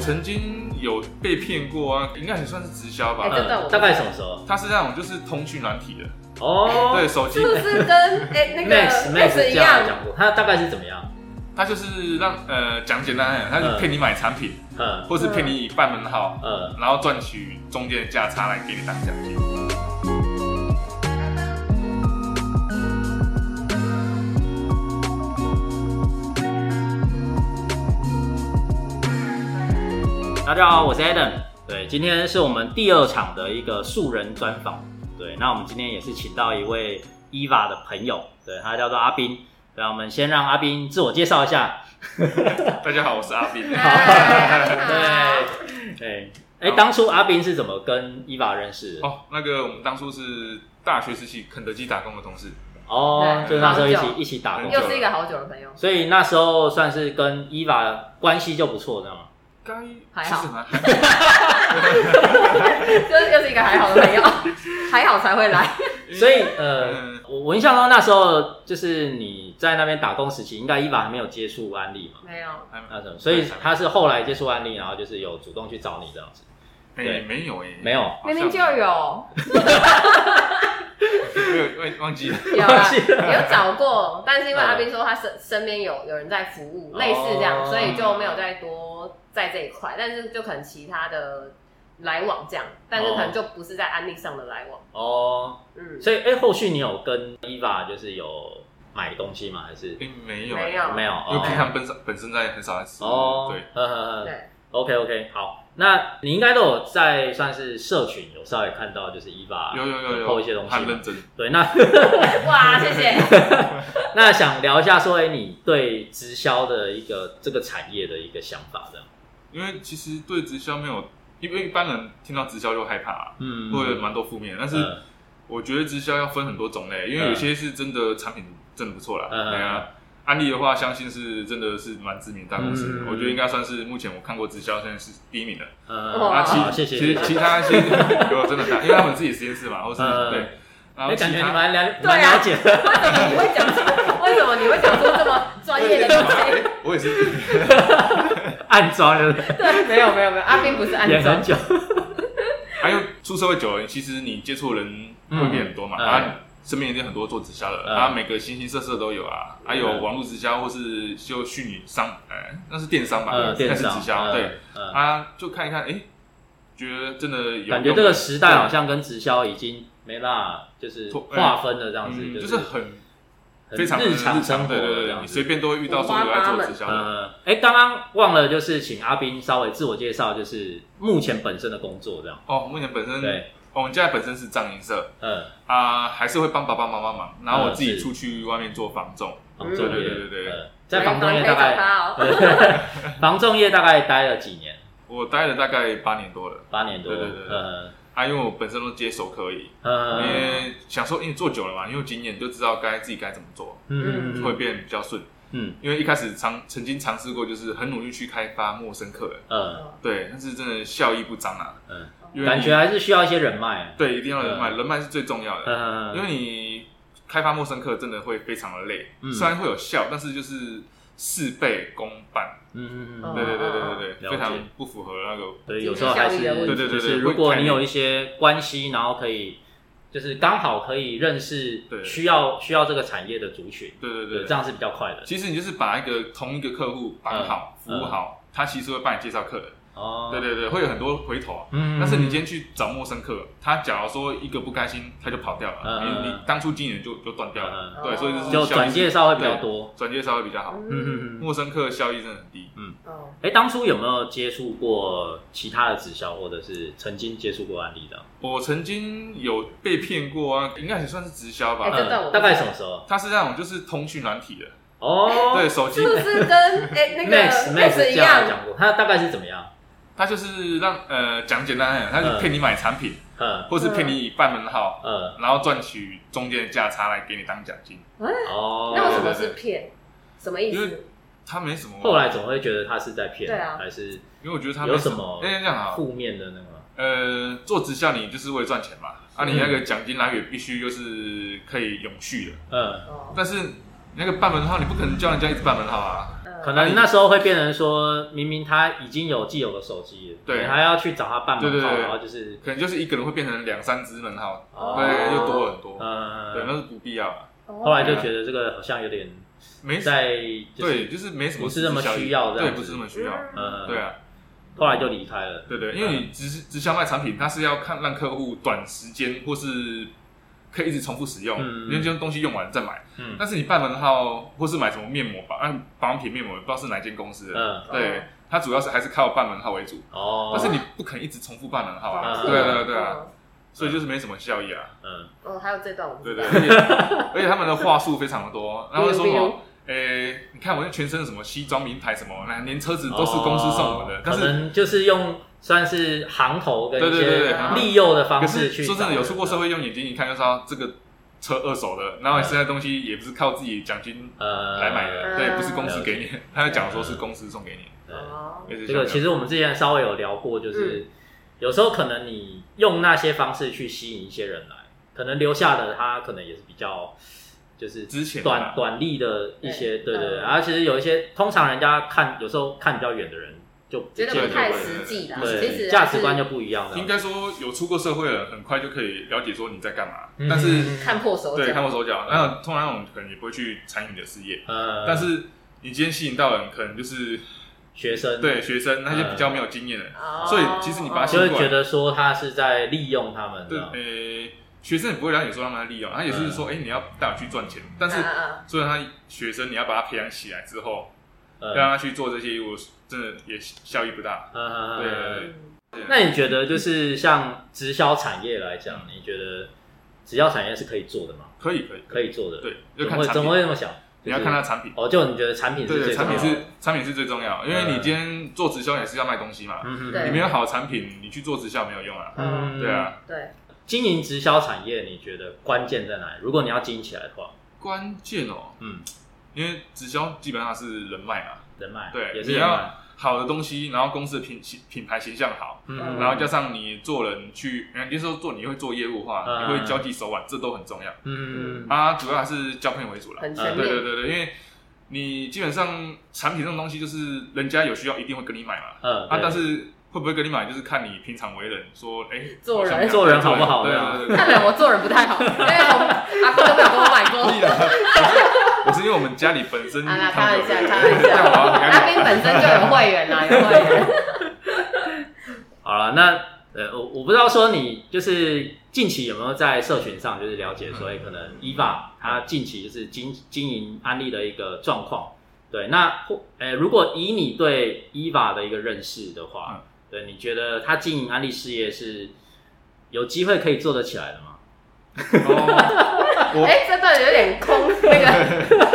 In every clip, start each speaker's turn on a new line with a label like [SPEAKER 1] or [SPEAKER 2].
[SPEAKER 1] 曾经有被骗过啊，应该也算是直销吧
[SPEAKER 2] 哎。真的我
[SPEAKER 3] 嗯大概什么时候？
[SPEAKER 1] 它是那种就是通讯软体的，
[SPEAKER 3] 哦
[SPEAKER 1] 对手机
[SPEAKER 2] 是，不是跟哎、那个
[SPEAKER 3] Max Max
[SPEAKER 2] 一
[SPEAKER 3] 这样
[SPEAKER 2] 样？
[SPEAKER 3] 讲过，他大概是怎么样？
[SPEAKER 1] 它就是让呃讲简单一点，它就骗你买产品，
[SPEAKER 3] 嗯
[SPEAKER 1] 或是骗你办门号，
[SPEAKER 3] 嗯，
[SPEAKER 1] 然后赚取中间的价差来给你当奖金。
[SPEAKER 3] 大家好，我是 Adam。对，今天是我们第二场的一个素人专访。对，那我们今天也是请到一位 Eva 的朋友，对他叫做阿斌。对，我们先让阿斌自我介绍一下。
[SPEAKER 2] 嗯
[SPEAKER 1] 大家好，我是阿 斌。
[SPEAKER 2] 哎
[SPEAKER 3] 对，对，哎，当初阿斌是怎么跟 Eva 认识的？
[SPEAKER 1] 哦，那个我们当初是大学时期肯德基打工的同事，
[SPEAKER 3] 哦，
[SPEAKER 2] 对
[SPEAKER 3] 就是那时候一
[SPEAKER 2] 好
[SPEAKER 3] 起
[SPEAKER 2] 久
[SPEAKER 3] 一起打工
[SPEAKER 1] 很久，
[SPEAKER 2] 又是一个好久的朋友，
[SPEAKER 3] 所以那时候算是跟 Eva 关系就不错，知道吗？
[SPEAKER 1] 该
[SPEAKER 2] 还好
[SPEAKER 1] 其实 蛮
[SPEAKER 2] 就是又是一个还好的朋友，还好才会来。
[SPEAKER 3] 所以呃
[SPEAKER 1] 嗯，
[SPEAKER 3] 我我印象中那时候就是你在那边打工时期，应该 Eva 还没有接触安利嘛，
[SPEAKER 2] 没有，
[SPEAKER 1] 还
[SPEAKER 3] 那时候，所以他是后来接触安利，然后就是有主动去找你这样子，
[SPEAKER 1] 哎
[SPEAKER 3] 对
[SPEAKER 1] 没有哎，
[SPEAKER 3] 没有？
[SPEAKER 1] 好像
[SPEAKER 2] 明明就有，
[SPEAKER 1] 没有哎忘忘记了。
[SPEAKER 2] 有
[SPEAKER 3] 忘
[SPEAKER 2] 啊，
[SPEAKER 3] 记了
[SPEAKER 2] 有找过，但是因为阿斌说他身身边有有人在服务，
[SPEAKER 3] 哦
[SPEAKER 2] 类似这样，所以就没有再多在这一块，但是就可能其他的来往这样，但是可能就不是在安利上的来往。
[SPEAKER 3] 哦，
[SPEAKER 2] 嗯，
[SPEAKER 3] 所以哎，后续你有跟 Eva 就是有买东西吗？还是
[SPEAKER 1] 并哎没有，
[SPEAKER 2] 没有
[SPEAKER 3] 没有？
[SPEAKER 1] 因为平
[SPEAKER 3] 哦
[SPEAKER 1] 常本身本身在很少在吃，
[SPEAKER 3] 哦，
[SPEAKER 1] 对，
[SPEAKER 3] 呵呵呵，
[SPEAKER 2] 对，
[SPEAKER 3] OK OK，好，那你应该都有在算是社群有稍微看到，就是伊娃
[SPEAKER 1] 有有有有，
[SPEAKER 3] 抛啊一些东西
[SPEAKER 1] 很
[SPEAKER 3] 嘛
[SPEAKER 1] 认。真。
[SPEAKER 3] 对，那
[SPEAKER 2] 哇，谢谢。
[SPEAKER 3] 那想聊一下说，哎、你对直销的一个这个产业的一个想法，这样。
[SPEAKER 1] 因为其实对直销没有，因为一般人听到直销就害怕，啊
[SPEAKER 3] 嗯
[SPEAKER 1] 会有蛮多负面。但是
[SPEAKER 3] 嗯
[SPEAKER 1] 我觉得直销要分很多种类，因为有些是真的产品真的不错啦，
[SPEAKER 3] 嗯
[SPEAKER 1] 对啊。安利的话，相信是真的是蛮知名的大公司
[SPEAKER 3] 嗯，
[SPEAKER 1] 我觉得应该算是目前我看过直销现在是第一名的。
[SPEAKER 3] 嗯，
[SPEAKER 2] 哇
[SPEAKER 1] 啊，
[SPEAKER 3] 好
[SPEAKER 1] 其
[SPEAKER 3] 好谢谢
[SPEAKER 1] 其
[SPEAKER 3] 谢
[SPEAKER 1] 实
[SPEAKER 3] 谢。
[SPEAKER 1] 其他一些有真的很大，因为他们自己实验室嘛，或是
[SPEAKER 3] 嗯
[SPEAKER 1] 对，呃然后
[SPEAKER 3] 哎，
[SPEAKER 1] 其
[SPEAKER 3] 感觉你
[SPEAKER 1] 他
[SPEAKER 3] 蛮了
[SPEAKER 2] 对啊
[SPEAKER 3] 蛮了解
[SPEAKER 2] 为
[SPEAKER 3] 的，
[SPEAKER 2] 什么你会讲出？为什么你会讲出这么专 业的东西？
[SPEAKER 1] 我也是
[SPEAKER 3] 暗装 的
[SPEAKER 2] 对，没有没有没有，阿斌不是暗
[SPEAKER 3] 演
[SPEAKER 2] 中
[SPEAKER 3] 很，久。
[SPEAKER 1] 还有啊出社会久了，其实你接触的人会变很多嘛，
[SPEAKER 3] 嗯
[SPEAKER 1] 啊，身边一定很多做直销的，
[SPEAKER 3] 嗯
[SPEAKER 1] 啊，每个形形色色都有啊，还有
[SPEAKER 3] 嗯
[SPEAKER 1] 网络直销或是就虚拟商，呃，那是电商吧，
[SPEAKER 3] 嗯，
[SPEAKER 1] 那
[SPEAKER 3] 电
[SPEAKER 1] 是
[SPEAKER 3] 商
[SPEAKER 1] 直销，对，，
[SPEAKER 3] 嗯嗯
[SPEAKER 1] 啊，就看一看，哎，觉得真的有
[SPEAKER 3] 感觉这个时代好
[SPEAKER 1] 像
[SPEAKER 3] 像跟直销已经没办法就是
[SPEAKER 1] 错哎
[SPEAKER 3] 划分了这样子，
[SPEAKER 1] 嗯，就是是很
[SPEAKER 3] 很
[SPEAKER 1] 非常
[SPEAKER 3] 日常生活
[SPEAKER 1] 对
[SPEAKER 3] 的
[SPEAKER 1] 对
[SPEAKER 3] 这
[SPEAKER 1] 对，
[SPEAKER 3] 样
[SPEAKER 1] 你
[SPEAKER 3] 子
[SPEAKER 1] 随便都会遇到说有在做直销的，
[SPEAKER 3] 呃，哎，刚刚忘了，就是请阿斌稍微自我介绍，就是目前本身的工作这样。
[SPEAKER 1] 哦，目前本身
[SPEAKER 3] 对，
[SPEAKER 1] 哦我们家本身是藏银社
[SPEAKER 3] 嗯，
[SPEAKER 1] 啊，还是会帮爸爸妈妈忙，然后我
[SPEAKER 3] 嗯
[SPEAKER 1] 自己
[SPEAKER 3] 是
[SPEAKER 1] 出去外面做房仲，
[SPEAKER 3] 房
[SPEAKER 2] 嗯
[SPEAKER 3] 仲
[SPEAKER 1] 对
[SPEAKER 3] 业，
[SPEAKER 1] 对对对对
[SPEAKER 3] 呃在房仲
[SPEAKER 2] 可
[SPEAKER 3] 业
[SPEAKER 2] 以
[SPEAKER 3] 大
[SPEAKER 2] 找
[SPEAKER 3] 概，
[SPEAKER 2] 他哦。
[SPEAKER 3] 对房仲业大概待了几年，
[SPEAKER 1] 我待了大概八年多了。
[SPEAKER 3] 八年多，
[SPEAKER 1] 对对对对
[SPEAKER 3] 呃
[SPEAKER 1] 啊，因为我本身都接手可以，因
[SPEAKER 3] 呃，
[SPEAKER 1] 为想说，因为做久了嘛，因为经验就知道该自己该怎么做，
[SPEAKER 3] 嗯
[SPEAKER 1] 会变比较顺。
[SPEAKER 3] 嗯
[SPEAKER 1] 因为一开始尝曾经尝试过，就是很努力去开发陌生客人，
[SPEAKER 3] 呃
[SPEAKER 2] 哦
[SPEAKER 1] 对，但是真的效益不彰啊，
[SPEAKER 3] 嗯，
[SPEAKER 1] 因为你
[SPEAKER 3] 感觉嗯还是需要一些人脉，啊
[SPEAKER 1] 对，一定要人脉，人脉是最重要的，
[SPEAKER 3] 呃
[SPEAKER 1] 因为你开发陌生客真的会非常的累，
[SPEAKER 3] 嗯
[SPEAKER 1] 虽然会有效，但是就是事倍功半，
[SPEAKER 3] 嗯嗯
[SPEAKER 2] 哦
[SPEAKER 3] 嗯，
[SPEAKER 1] 对对对对对
[SPEAKER 3] 了解
[SPEAKER 1] 对，非常不符合那个，
[SPEAKER 3] 所以有时候还
[SPEAKER 2] 经
[SPEAKER 3] 是
[SPEAKER 2] 济效益的
[SPEAKER 1] 题
[SPEAKER 2] 问
[SPEAKER 1] 对对对
[SPEAKER 3] 就
[SPEAKER 1] 对
[SPEAKER 3] 是如果你有一些关系，然后可以就是刚好可以认识
[SPEAKER 1] 对
[SPEAKER 3] 需要需要这个产业的族群，
[SPEAKER 1] 对对
[SPEAKER 3] 对，
[SPEAKER 1] 对
[SPEAKER 3] 这
[SPEAKER 1] 对，
[SPEAKER 3] 样是比较快的。
[SPEAKER 1] 其实你就是把一个同一个客户绑好、
[SPEAKER 3] 嗯
[SPEAKER 1] 服务好，他其实会帮你介绍客人，
[SPEAKER 3] 哦，
[SPEAKER 1] 对对对，会有很多回头啊。
[SPEAKER 3] 嗯，嗯
[SPEAKER 1] 但是你今天去找陌生客，他假如说一个不开心，他就跑掉了，
[SPEAKER 3] 嗯
[SPEAKER 1] 你你当初经营就就断掉了，
[SPEAKER 3] 嗯嗯
[SPEAKER 1] 对，所以就是
[SPEAKER 3] 就
[SPEAKER 1] 效益
[SPEAKER 3] 转介绍会比较多。
[SPEAKER 1] 转介绍会比较好。
[SPEAKER 2] 嗯
[SPEAKER 3] 嗯嗯嗯。
[SPEAKER 1] 陌生客效益真的很低，
[SPEAKER 2] 哦，
[SPEAKER 3] 哎，当初有没有接触过其他的直销，或者是曾经接触过案例的？
[SPEAKER 1] 我曾经有被骗过啊，应该也算是直销
[SPEAKER 2] 哎
[SPEAKER 1] 吧。
[SPEAKER 2] 真的我不知道
[SPEAKER 3] 呃大概什么时候？
[SPEAKER 1] 它是那种就是通讯软体的，
[SPEAKER 3] 哦，
[SPEAKER 1] 对手机
[SPEAKER 2] 是，不是跟哎那个
[SPEAKER 3] Max Max
[SPEAKER 2] 一
[SPEAKER 3] 这样
[SPEAKER 2] 样？
[SPEAKER 3] 讲过，他大概是怎么样？
[SPEAKER 1] 它就是让呃讲简单一点，它就骗你买产品，
[SPEAKER 3] 嗯
[SPEAKER 1] 或是骗你办门号，
[SPEAKER 3] 嗯
[SPEAKER 1] 然后赚取中间的价差来给你当奖金。
[SPEAKER 3] 哦，
[SPEAKER 2] 那为什么是骗？什么意
[SPEAKER 1] 因
[SPEAKER 2] 思
[SPEAKER 1] 为？它没什么，啊
[SPEAKER 3] 后来总会觉得他是在骗？
[SPEAKER 2] 对啊
[SPEAKER 3] 还是
[SPEAKER 1] 因为我觉得它
[SPEAKER 3] 有
[SPEAKER 1] 没
[SPEAKER 3] 什么
[SPEAKER 1] 么，那这样啊，
[SPEAKER 3] 负面的那个？
[SPEAKER 1] 呃，做直销你就是为了赚钱嘛，啊，你那个奖金来源必须就是可以永续的。
[SPEAKER 3] 嗯
[SPEAKER 2] 哦，
[SPEAKER 1] 但是你那个办门号，你不可能叫人家一直办门号啊，
[SPEAKER 2] 嗯
[SPEAKER 3] 可能那时候会变成说，明明他已经有既有的手机了，
[SPEAKER 1] 对
[SPEAKER 3] 还要去找他办门
[SPEAKER 1] 对对
[SPEAKER 3] 号，
[SPEAKER 1] 对
[SPEAKER 3] 然后就是，
[SPEAKER 1] 可能就是一个人会变成两三只门号，
[SPEAKER 3] 哦
[SPEAKER 1] 对，就多很多，对，
[SPEAKER 3] 呃，
[SPEAKER 1] 那是不必要啊。
[SPEAKER 2] 后
[SPEAKER 3] 后来就觉得这个好像有点
[SPEAKER 1] 没
[SPEAKER 3] 在，就是
[SPEAKER 1] 对，就是没什么
[SPEAKER 3] 不是那么
[SPEAKER 1] 实质效益
[SPEAKER 3] 需要这样
[SPEAKER 1] 对，
[SPEAKER 3] 子
[SPEAKER 1] 不是那么需要，
[SPEAKER 2] 嗯
[SPEAKER 3] 呃，
[SPEAKER 1] 对，啊，
[SPEAKER 3] 后来就离开了，
[SPEAKER 1] 对对，因为你直直销卖产品，它是要看让客户短时间或是可以一直重复使用，
[SPEAKER 3] 嗯
[SPEAKER 1] 因为这种东西用完再买。
[SPEAKER 3] 嗯
[SPEAKER 1] 但是你办门号或是买什么面膜保嗯保养品面膜，不知道是哪间公司的，
[SPEAKER 3] 嗯，
[SPEAKER 1] 对，它主要是还是靠办门号为主。
[SPEAKER 3] 哦，
[SPEAKER 1] 但是你不肯一直重复办门号啊，
[SPEAKER 3] 嗯
[SPEAKER 1] 对啊对啊对啊，，所以就是没什么效益啊，
[SPEAKER 3] 嗯，
[SPEAKER 2] 哦，还有这段我不
[SPEAKER 1] 对
[SPEAKER 2] 知
[SPEAKER 1] 对，
[SPEAKER 2] 道，
[SPEAKER 1] 而且而且他们的话术非常的多，然后说什
[SPEAKER 2] 比如
[SPEAKER 1] 么，诶，你看我这全身什么西装名牌什么，那连车子都是公司送我的
[SPEAKER 3] 哦，
[SPEAKER 1] 但
[SPEAKER 3] 可
[SPEAKER 1] 是
[SPEAKER 3] 能就是用算是行头跟
[SPEAKER 1] 对
[SPEAKER 3] 一
[SPEAKER 1] 对对
[SPEAKER 3] 些
[SPEAKER 1] 对，
[SPEAKER 2] 行头
[SPEAKER 3] 利诱的
[SPEAKER 1] 可
[SPEAKER 3] 方式
[SPEAKER 1] 是
[SPEAKER 3] 去，
[SPEAKER 1] 说真的，有出过社
[SPEAKER 3] 会，
[SPEAKER 1] 会，用眼睛一看就知道这个车二手的，然后
[SPEAKER 3] 嗯
[SPEAKER 1] 你剩下的东西也不是靠自己奖金
[SPEAKER 3] 呃，
[SPEAKER 1] 来买的，
[SPEAKER 2] 嗯
[SPEAKER 1] 对，不是公司给你， 他就讲说是公司送给你，
[SPEAKER 3] 对。
[SPEAKER 2] 哦，
[SPEAKER 1] 类似
[SPEAKER 3] 嗯呃
[SPEAKER 1] 像
[SPEAKER 3] 这个其
[SPEAKER 1] 样
[SPEAKER 3] 实我们之前稍微有聊过，就是、
[SPEAKER 2] 嗯
[SPEAKER 3] 有时候可能你用那些方式去吸引一些人来，可能留下的他可能也是比较就是
[SPEAKER 1] 之前的
[SPEAKER 3] 短
[SPEAKER 1] 啦
[SPEAKER 3] 短利的一些，对
[SPEAKER 2] 对
[SPEAKER 3] 对对。
[SPEAKER 2] 嗯
[SPEAKER 3] 然后其实有一些通常人家看有时候看比较远的人就不
[SPEAKER 2] 觉
[SPEAKER 3] 见
[SPEAKER 2] 得
[SPEAKER 3] 得
[SPEAKER 2] 不太
[SPEAKER 1] 对对
[SPEAKER 2] 实际啦，其
[SPEAKER 3] 对
[SPEAKER 2] 实
[SPEAKER 3] 价
[SPEAKER 2] 还
[SPEAKER 3] 值
[SPEAKER 2] 是
[SPEAKER 3] 观就不一样了。
[SPEAKER 1] 应该说有出过社会的人，很快就可以了解说你在干嘛，
[SPEAKER 3] 嗯
[SPEAKER 1] 但是。
[SPEAKER 2] 看破手
[SPEAKER 1] 对，看
[SPEAKER 2] 脚，
[SPEAKER 1] 破手脚。那通常那种可能也不会去参与你的事业，
[SPEAKER 3] 呃，
[SPEAKER 1] 但是你今天吸引到人，可能就是
[SPEAKER 3] 学生
[SPEAKER 1] 对学生那些比
[SPEAKER 3] 嗯
[SPEAKER 1] 较没有经验的人，
[SPEAKER 2] 哦
[SPEAKER 1] 所以其实你把它
[SPEAKER 3] 就会觉得说他是在利用他们
[SPEAKER 1] 对，
[SPEAKER 3] 的，
[SPEAKER 1] 呃，学生也不会了解说他们在利用，他也是
[SPEAKER 3] 嗯
[SPEAKER 1] 说，哎，你要带我去赚钱，但是
[SPEAKER 2] 嗯嗯
[SPEAKER 1] 虽然他学生，你要把他培养起来之后，
[SPEAKER 3] 呃
[SPEAKER 1] 让他去做这些业务，真的也效益不大。
[SPEAKER 3] 呃
[SPEAKER 1] 对对
[SPEAKER 2] 嗯
[SPEAKER 1] 对
[SPEAKER 2] 嗯
[SPEAKER 3] 那你觉得就是像直销产业来讲，你觉得直销产业是可以做的吗？
[SPEAKER 1] 可以可以，
[SPEAKER 3] 可以做的，，
[SPEAKER 1] 对，就
[SPEAKER 3] 怎
[SPEAKER 1] 看
[SPEAKER 3] 么会
[SPEAKER 1] 产
[SPEAKER 3] 怎么会
[SPEAKER 1] 品，
[SPEAKER 3] 这么想？
[SPEAKER 1] 你要看它产品。
[SPEAKER 3] 哦，就你觉得产品
[SPEAKER 1] 对
[SPEAKER 3] 是
[SPEAKER 1] 对，
[SPEAKER 3] 最重
[SPEAKER 1] 产
[SPEAKER 3] 要的
[SPEAKER 1] 品是产品是最重要，因为
[SPEAKER 3] 嗯
[SPEAKER 1] 你今天做直销也是要卖东西嘛，
[SPEAKER 3] 嗯
[SPEAKER 2] 对
[SPEAKER 1] 你没有好的产品，你去做直销没有用啊。
[SPEAKER 3] 嗯
[SPEAKER 1] 对啊，，
[SPEAKER 2] 对，
[SPEAKER 3] 经营直销产业，你觉得关键在哪里？如果你要经营起来的话，
[SPEAKER 1] 关键哦，
[SPEAKER 3] 嗯，
[SPEAKER 1] 因为直销基本上是人脉嘛，
[SPEAKER 3] 人脉
[SPEAKER 1] 对，
[SPEAKER 3] 也是
[SPEAKER 1] 你
[SPEAKER 3] 人脉，
[SPEAKER 1] 要好的东西，然后公司的品品牌形象好，
[SPEAKER 2] 嗯
[SPEAKER 1] 然后加上你做人去，嗯，就是说做你会做业务化，
[SPEAKER 3] 嗯
[SPEAKER 1] 你会交际手腕，这都很重要。
[SPEAKER 3] 嗯
[SPEAKER 1] 啊，主要还是交朋友为主啦。
[SPEAKER 2] 很
[SPEAKER 1] 对
[SPEAKER 2] 全
[SPEAKER 1] 对
[SPEAKER 2] 面，
[SPEAKER 1] 对对，因为你基本上产品这种东西，就是人家有需要一定会跟你买嘛，
[SPEAKER 3] 嗯
[SPEAKER 1] 啊，但
[SPEAKER 3] 是
[SPEAKER 1] 是会不会跟你买，就是看你平常为人，说哎，
[SPEAKER 2] 做人
[SPEAKER 1] 我想要
[SPEAKER 3] 做人好不好
[SPEAKER 1] 对
[SPEAKER 3] 这样
[SPEAKER 1] 对对对
[SPEAKER 2] 看来我做人 不太好，因为我阿公都没有给我买过。
[SPEAKER 1] 对，我是因为我们家里本身
[SPEAKER 2] 啊啦，
[SPEAKER 1] 他
[SPEAKER 2] 开
[SPEAKER 1] 们
[SPEAKER 2] 玩
[SPEAKER 1] 有
[SPEAKER 2] 笑，开玩笑。阿斌本身就有会员啦，有会员。
[SPEAKER 3] 好了，那呃，我我不知道说你就是近期有没有在社群上就是了解说，
[SPEAKER 1] 嗯
[SPEAKER 3] 哎、可能 EVA 它近期就是经经营安利的一个状况。对，那或呃，如果以你对 EVA 的一个认识的
[SPEAKER 1] 嗯
[SPEAKER 3] 话，对，你觉得它经营安利事业是有机会可以做得起来的吗？
[SPEAKER 1] 哦，我 啊
[SPEAKER 2] 哎，这段有点空，那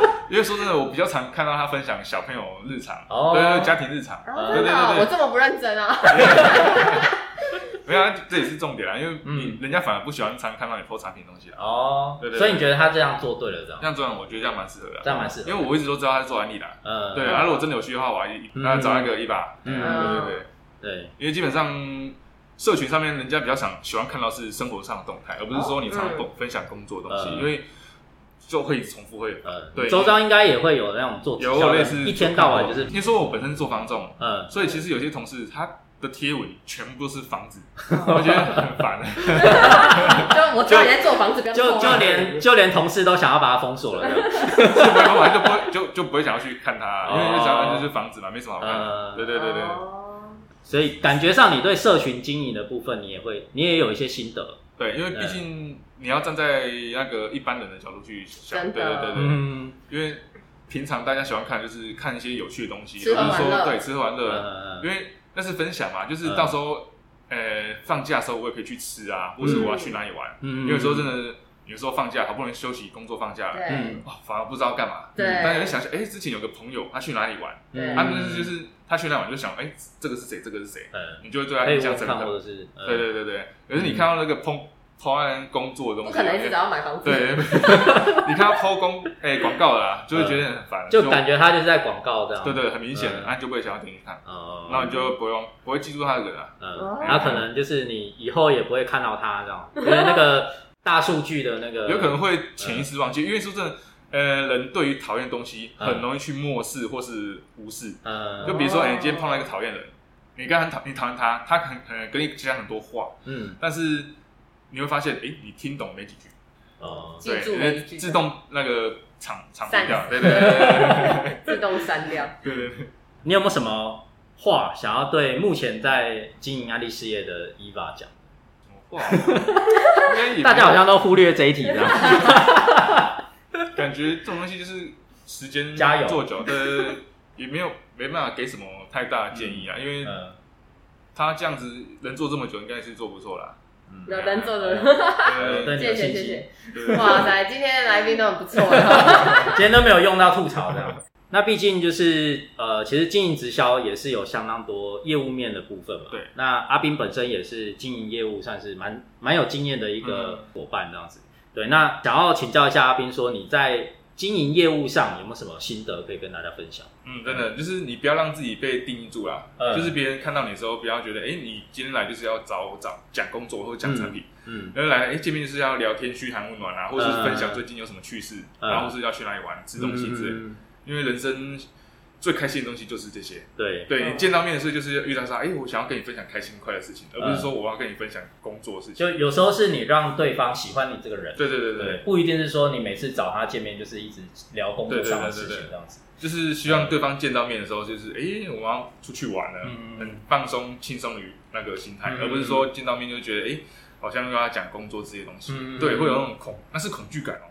[SPEAKER 2] 个。
[SPEAKER 1] 因为说真的，我比较常看到他分享小朋友日常，
[SPEAKER 3] 哦
[SPEAKER 1] 对对对家庭日常，
[SPEAKER 2] 然后
[SPEAKER 1] 对
[SPEAKER 2] 真
[SPEAKER 1] 对
[SPEAKER 2] 的哦，我
[SPEAKER 1] 对
[SPEAKER 2] 这么不认 真啊。
[SPEAKER 1] 对，没有啊，这也是重点啦，因为
[SPEAKER 3] 嗯
[SPEAKER 1] 你人家反而不喜欢常看到你破产品的东西啦。
[SPEAKER 3] 哦
[SPEAKER 1] 对对对
[SPEAKER 3] 所以你觉得他这样做对了，这样
[SPEAKER 1] 这样做，我觉得这样蛮适合
[SPEAKER 3] 这
[SPEAKER 1] 的啊，
[SPEAKER 3] 样蛮适合的，
[SPEAKER 1] 因为我一直都知道他是做安利的啊，
[SPEAKER 2] 嗯
[SPEAKER 3] 呃，
[SPEAKER 1] 对，啊，如果真的有需要的话，我一
[SPEAKER 3] 嗯
[SPEAKER 1] 啊找那个一把，对
[SPEAKER 3] 嗯
[SPEAKER 1] 对对，对
[SPEAKER 3] 对，
[SPEAKER 1] 因为基本上。社群上面人家比较想喜欢看到是生活上的动态，而不是说你常
[SPEAKER 2] 哦
[SPEAKER 1] 分分享工作的东西，
[SPEAKER 3] 嗯
[SPEAKER 1] 因为就会一直重复会有
[SPEAKER 3] 呃，
[SPEAKER 1] 对
[SPEAKER 3] 周遭应该也会有那种做直销
[SPEAKER 1] 有
[SPEAKER 3] 的
[SPEAKER 1] 类似
[SPEAKER 3] 一天到晚就是
[SPEAKER 1] 因为说我本身是做房仲，
[SPEAKER 3] 呃，
[SPEAKER 1] 所以其实有些同事他的贴文全部都是房子，我觉得很烦。
[SPEAKER 2] 就我知道你在做房子，不要
[SPEAKER 3] 就
[SPEAKER 2] 做
[SPEAKER 3] 就
[SPEAKER 2] 啊。
[SPEAKER 3] 连就连同事都想要把它封锁了这样。
[SPEAKER 1] 就不会看完就不会就就不会想要去看它，因为
[SPEAKER 3] 哦
[SPEAKER 1] 就想要就是房子嘛，没什么好看的。
[SPEAKER 3] 呃
[SPEAKER 1] 对，对对对，
[SPEAKER 2] 哦
[SPEAKER 3] 所以感觉上你对社群经营的部分，你也会，你也有一些心得。
[SPEAKER 1] 对，因为毕竟你要站在那个一般人的角度去想，
[SPEAKER 2] 真
[SPEAKER 1] 对
[SPEAKER 2] 的
[SPEAKER 1] 对对对，
[SPEAKER 3] 嗯，
[SPEAKER 1] 因为平常大家喜欢看就是看一些有趣的东西，
[SPEAKER 2] 吃喝
[SPEAKER 1] 而不是
[SPEAKER 2] 玩乐
[SPEAKER 1] 说对吃喝玩乐，
[SPEAKER 3] 呃
[SPEAKER 1] 因为那是分享嘛，就是到时候呃放假的时候我也可以去吃啊，或是我要去哪里玩，
[SPEAKER 3] 嗯
[SPEAKER 1] 因为有时候真的有时候放假好不容易休息工作放假了，
[SPEAKER 3] 嗯
[SPEAKER 2] 对
[SPEAKER 1] 哦，反而不知道干嘛。
[SPEAKER 2] 对
[SPEAKER 1] 大家就想想，哎、之前有个朋友他去哪里玩，
[SPEAKER 2] 对
[SPEAKER 3] 嗯
[SPEAKER 1] 他们就是他去哪里玩就想，哎、这个是谁，这个是谁，
[SPEAKER 3] 呃，
[SPEAKER 1] 你就会对他
[SPEAKER 3] 可以
[SPEAKER 1] 印象
[SPEAKER 3] 问
[SPEAKER 1] 深
[SPEAKER 3] 看或
[SPEAKER 1] 刻。
[SPEAKER 3] 者是呃
[SPEAKER 1] 对对对对，可是你看到那个碰抛案工作的东
[SPEAKER 2] 不
[SPEAKER 1] 西，
[SPEAKER 2] 可能一直找我买房子。
[SPEAKER 1] 对， 你看他抛工哎广、告的啊，就会觉得很烦，
[SPEAKER 3] 就感觉他就是在广告这样。
[SPEAKER 1] 对对，很明显的，
[SPEAKER 3] 嗯
[SPEAKER 1] 啊，你就不会想要点进去看，
[SPEAKER 3] 哦，
[SPEAKER 1] 然后你就不用不会记住他的人啊。
[SPEAKER 3] 嗯，然后可能就是你以后也不会看到他这样，因为那个大数据的那个
[SPEAKER 1] 有可能会潜意识忘记，因为说真的，哎、呃，人对于讨厌的东西
[SPEAKER 3] 嗯
[SPEAKER 1] 很容易去漠视或是忽视。
[SPEAKER 3] 呃
[SPEAKER 1] 就比如说，
[SPEAKER 2] 哦
[SPEAKER 1] 哎、你今天碰到一个讨厌人，你刚很讨你讨厌他，他可能可能跟你讲很多话，
[SPEAKER 3] 嗯
[SPEAKER 1] 但是你会发现，哎、你听懂没几句，
[SPEAKER 3] 哦
[SPEAKER 2] 记
[SPEAKER 1] 对，
[SPEAKER 2] 住
[SPEAKER 1] 因
[SPEAKER 2] 没
[SPEAKER 1] 为
[SPEAKER 2] 几句，
[SPEAKER 1] 自动那个场场
[SPEAKER 2] 散
[SPEAKER 1] 掉，对
[SPEAKER 2] 失
[SPEAKER 1] 对对 对
[SPEAKER 2] 自动 删掉。
[SPEAKER 1] 对对对。
[SPEAKER 3] 你有没有什么话想要对目前在经营安利事业的 Eva 讲？
[SPEAKER 1] 哇，应该也没有
[SPEAKER 3] 大家好像都忽略这一题了。
[SPEAKER 1] 感觉这种东西就是时间
[SPEAKER 3] 加油
[SPEAKER 1] 做久，对对对，也没有没办法给什么太大的建议啊，因为
[SPEAKER 3] 嗯
[SPEAKER 1] 他这样子能做这么久，应该是做不错啦。
[SPEAKER 3] 嗯
[SPEAKER 2] 有人做
[SPEAKER 3] 对
[SPEAKER 2] 的，
[SPEAKER 1] 对
[SPEAKER 3] 对你 有
[SPEAKER 2] 谢谢谢
[SPEAKER 3] 信心。
[SPEAKER 2] 谢。
[SPEAKER 1] 对对
[SPEAKER 2] 哇塞，今天的来宾都很不错 哦。
[SPEAKER 3] 今天都没有用到吐槽的。那毕竟就是呃，其实经营直销也是有相当多业务面的部分嘛。
[SPEAKER 1] 对
[SPEAKER 3] 那阿斌本身也是经营业务，算是蛮蛮有经验的一
[SPEAKER 1] 嗯
[SPEAKER 3] 个伙伴这样子。对，那想要请教一下阿斌，说你在经营业务上有没有什么心得可以跟大家分享？
[SPEAKER 1] 嗯，真的就是你不要让自己被定义住啦，
[SPEAKER 3] 嗯
[SPEAKER 1] 就是别人看到你的时候，不要觉得哎、诶你今天来就是要找我找讲工作或者讲产品，
[SPEAKER 3] 嗯
[SPEAKER 1] 然后来哎、诶见面就是要聊天嘘寒问暖啊，或者是分享
[SPEAKER 3] 嗯
[SPEAKER 1] 最近有什么趣事，
[SPEAKER 3] 嗯
[SPEAKER 1] 然后是要去哪里玩、吃东西之类的，
[SPEAKER 3] 嗯
[SPEAKER 1] 因为人生最开心的东西就是这些。
[SPEAKER 3] 对，
[SPEAKER 1] 对
[SPEAKER 2] 嗯
[SPEAKER 1] 你见到面的时候，就是遇到啥，哎、我想要跟你分享开心快乐的事情，而不
[SPEAKER 3] 嗯
[SPEAKER 1] 是说我要跟你分享工作的事情。
[SPEAKER 3] 就有时候是你让对方喜欢你这个人，
[SPEAKER 1] 对对对对，
[SPEAKER 3] 对，不一定是说你每次找他见面就是一直聊工作上的事
[SPEAKER 1] 对对对对
[SPEAKER 3] 情
[SPEAKER 1] 对
[SPEAKER 3] 这样子。
[SPEAKER 1] 就是希望对方见到面的时候，就是哎、我们要出去玩了，
[SPEAKER 3] 嗯
[SPEAKER 1] 很放松、轻松于那个心态，
[SPEAKER 3] 嗯
[SPEAKER 1] 而不是说见到面就觉得哎、好像又要讲工作这些东西，
[SPEAKER 3] 嗯
[SPEAKER 1] 对，会有那种恐，那是恐惧感 哦。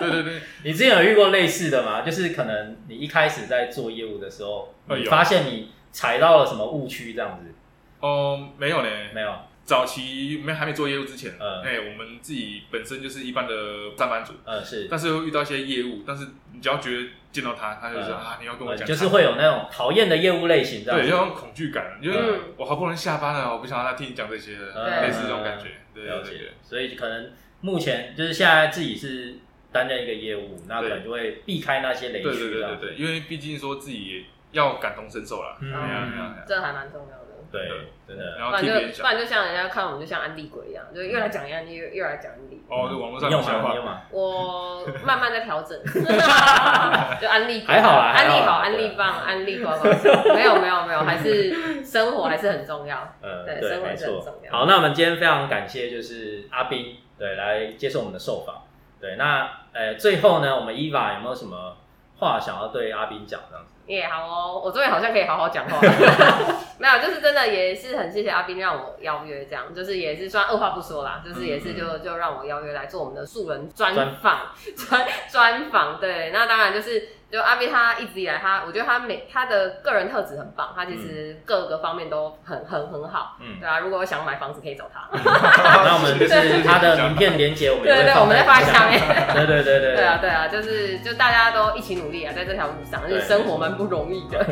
[SPEAKER 1] 对对对，
[SPEAKER 3] 你之前有遇过类似的吗？就是可能你一开始在做业务的时候，
[SPEAKER 1] 呃
[SPEAKER 3] 你
[SPEAKER 1] 有
[SPEAKER 3] 发现你踩到了什么误区这样子？
[SPEAKER 1] 哦，没有呢，
[SPEAKER 3] 没有，
[SPEAKER 1] 早期没还没做业务之前，哎、
[SPEAKER 3] 嗯
[SPEAKER 1] 我们自己本身就是一般的上班族。
[SPEAKER 3] 呃，是，
[SPEAKER 1] 但是会遇到一些业务，但是你只要觉得见到他，他就是、
[SPEAKER 3] 嗯
[SPEAKER 1] 啊，你要跟我
[SPEAKER 3] 呃
[SPEAKER 1] 讲、
[SPEAKER 3] 就是会有那种讨厌的业务类型这样
[SPEAKER 1] 对，
[SPEAKER 3] 子。
[SPEAKER 1] 就那种恐惧感，因为
[SPEAKER 2] 嗯
[SPEAKER 1] 我好不容易下班了，我不想让他听你讲这些
[SPEAKER 3] 嗯
[SPEAKER 1] 了，类似这种感觉。对
[SPEAKER 3] 了
[SPEAKER 1] 对
[SPEAKER 3] 解
[SPEAKER 1] 对，。
[SPEAKER 3] 所以可能目前就是现在自己是担任一个业务，那可
[SPEAKER 1] 对
[SPEAKER 3] 能就会避开那些雷
[SPEAKER 1] 对对对
[SPEAKER 3] 区这
[SPEAKER 1] 对
[SPEAKER 3] 样子。
[SPEAKER 1] 对，因为毕竟说自己也要感同身受啦。
[SPEAKER 3] 嗯
[SPEAKER 1] 对啊对啊
[SPEAKER 2] 这还蛮重要的。
[SPEAKER 3] 对
[SPEAKER 1] 对
[SPEAKER 3] 真
[SPEAKER 1] 对啊
[SPEAKER 3] 的。
[SPEAKER 1] 然
[SPEAKER 2] 不
[SPEAKER 1] 后
[SPEAKER 2] 然
[SPEAKER 1] 听
[SPEAKER 2] 就
[SPEAKER 1] 别人
[SPEAKER 2] 不
[SPEAKER 1] 讲，
[SPEAKER 2] 然就像人家看我们就像安利鬼一样，就是又来讲安利，又又来讲安利。
[SPEAKER 1] 哦，就网络上
[SPEAKER 3] 你有
[SPEAKER 1] 的
[SPEAKER 3] 吗？
[SPEAKER 1] 笑
[SPEAKER 3] 你
[SPEAKER 1] 话
[SPEAKER 3] 有，吗？
[SPEAKER 2] 我慢慢在 调整，就安利
[SPEAKER 3] 还好啦
[SPEAKER 2] 安利
[SPEAKER 3] 还好
[SPEAKER 2] 好，
[SPEAKER 3] 啦啊
[SPEAKER 2] 安利棒，安利呱呱叫，没有没有没有，还是生活还是很重要。
[SPEAKER 3] 呃，
[SPEAKER 2] 对
[SPEAKER 3] 对，
[SPEAKER 2] 生活
[SPEAKER 3] 没
[SPEAKER 2] 是很
[SPEAKER 3] 错
[SPEAKER 2] 重。要
[SPEAKER 3] 好，那我们今天非常感谢就是阿斌，对，来接受我们的受访。对，那呃，最后呢，我们伊娃有没有什么话想要对阿斌讲？这样子，
[SPEAKER 2] 也、好哦，我终于好像可以好好讲话了。 没有，就是真的也是很谢谢阿斌让我邀约，这样就是也是算二话不说啦，就是也是就、就让我邀约来做我们的素人专
[SPEAKER 3] 嗯专
[SPEAKER 2] 访专专访。对，那当然就是就阿斌他一直以来他，我觉得他每他的个人特质很棒，他其实各个方面都很很很好。
[SPEAKER 3] 嗯，
[SPEAKER 2] 对啊，如果想买房子可以找他。
[SPEAKER 3] 啊那我 们就是他的名片连接，我们也
[SPEAKER 2] 对
[SPEAKER 3] 会
[SPEAKER 2] 对，我们在
[SPEAKER 3] 放
[SPEAKER 2] 发
[SPEAKER 3] 在
[SPEAKER 2] 下面。
[SPEAKER 3] 对对对 对
[SPEAKER 2] 对啊，对啊，就是就大家都一起努力啊，在这条路上，就是
[SPEAKER 3] 对
[SPEAKER 2] 生活蛮不容易的。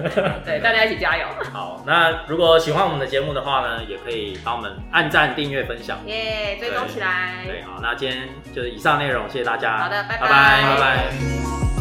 [SPEAKER 2] 对，大家一起加油，
[SPEAKER 3] 好，那如果喜欢我们的节目的话呢，也可以帮我们按赞、订阅、分享。
[SPEAKER 2] 耶、追踪起来。
[SPEAKER 3] 对，好，那今天就是以上内容，谢谢大家。
[SPEAKER 2] 好的拜拜
[SPEAKER 3] 拜拜。拜拜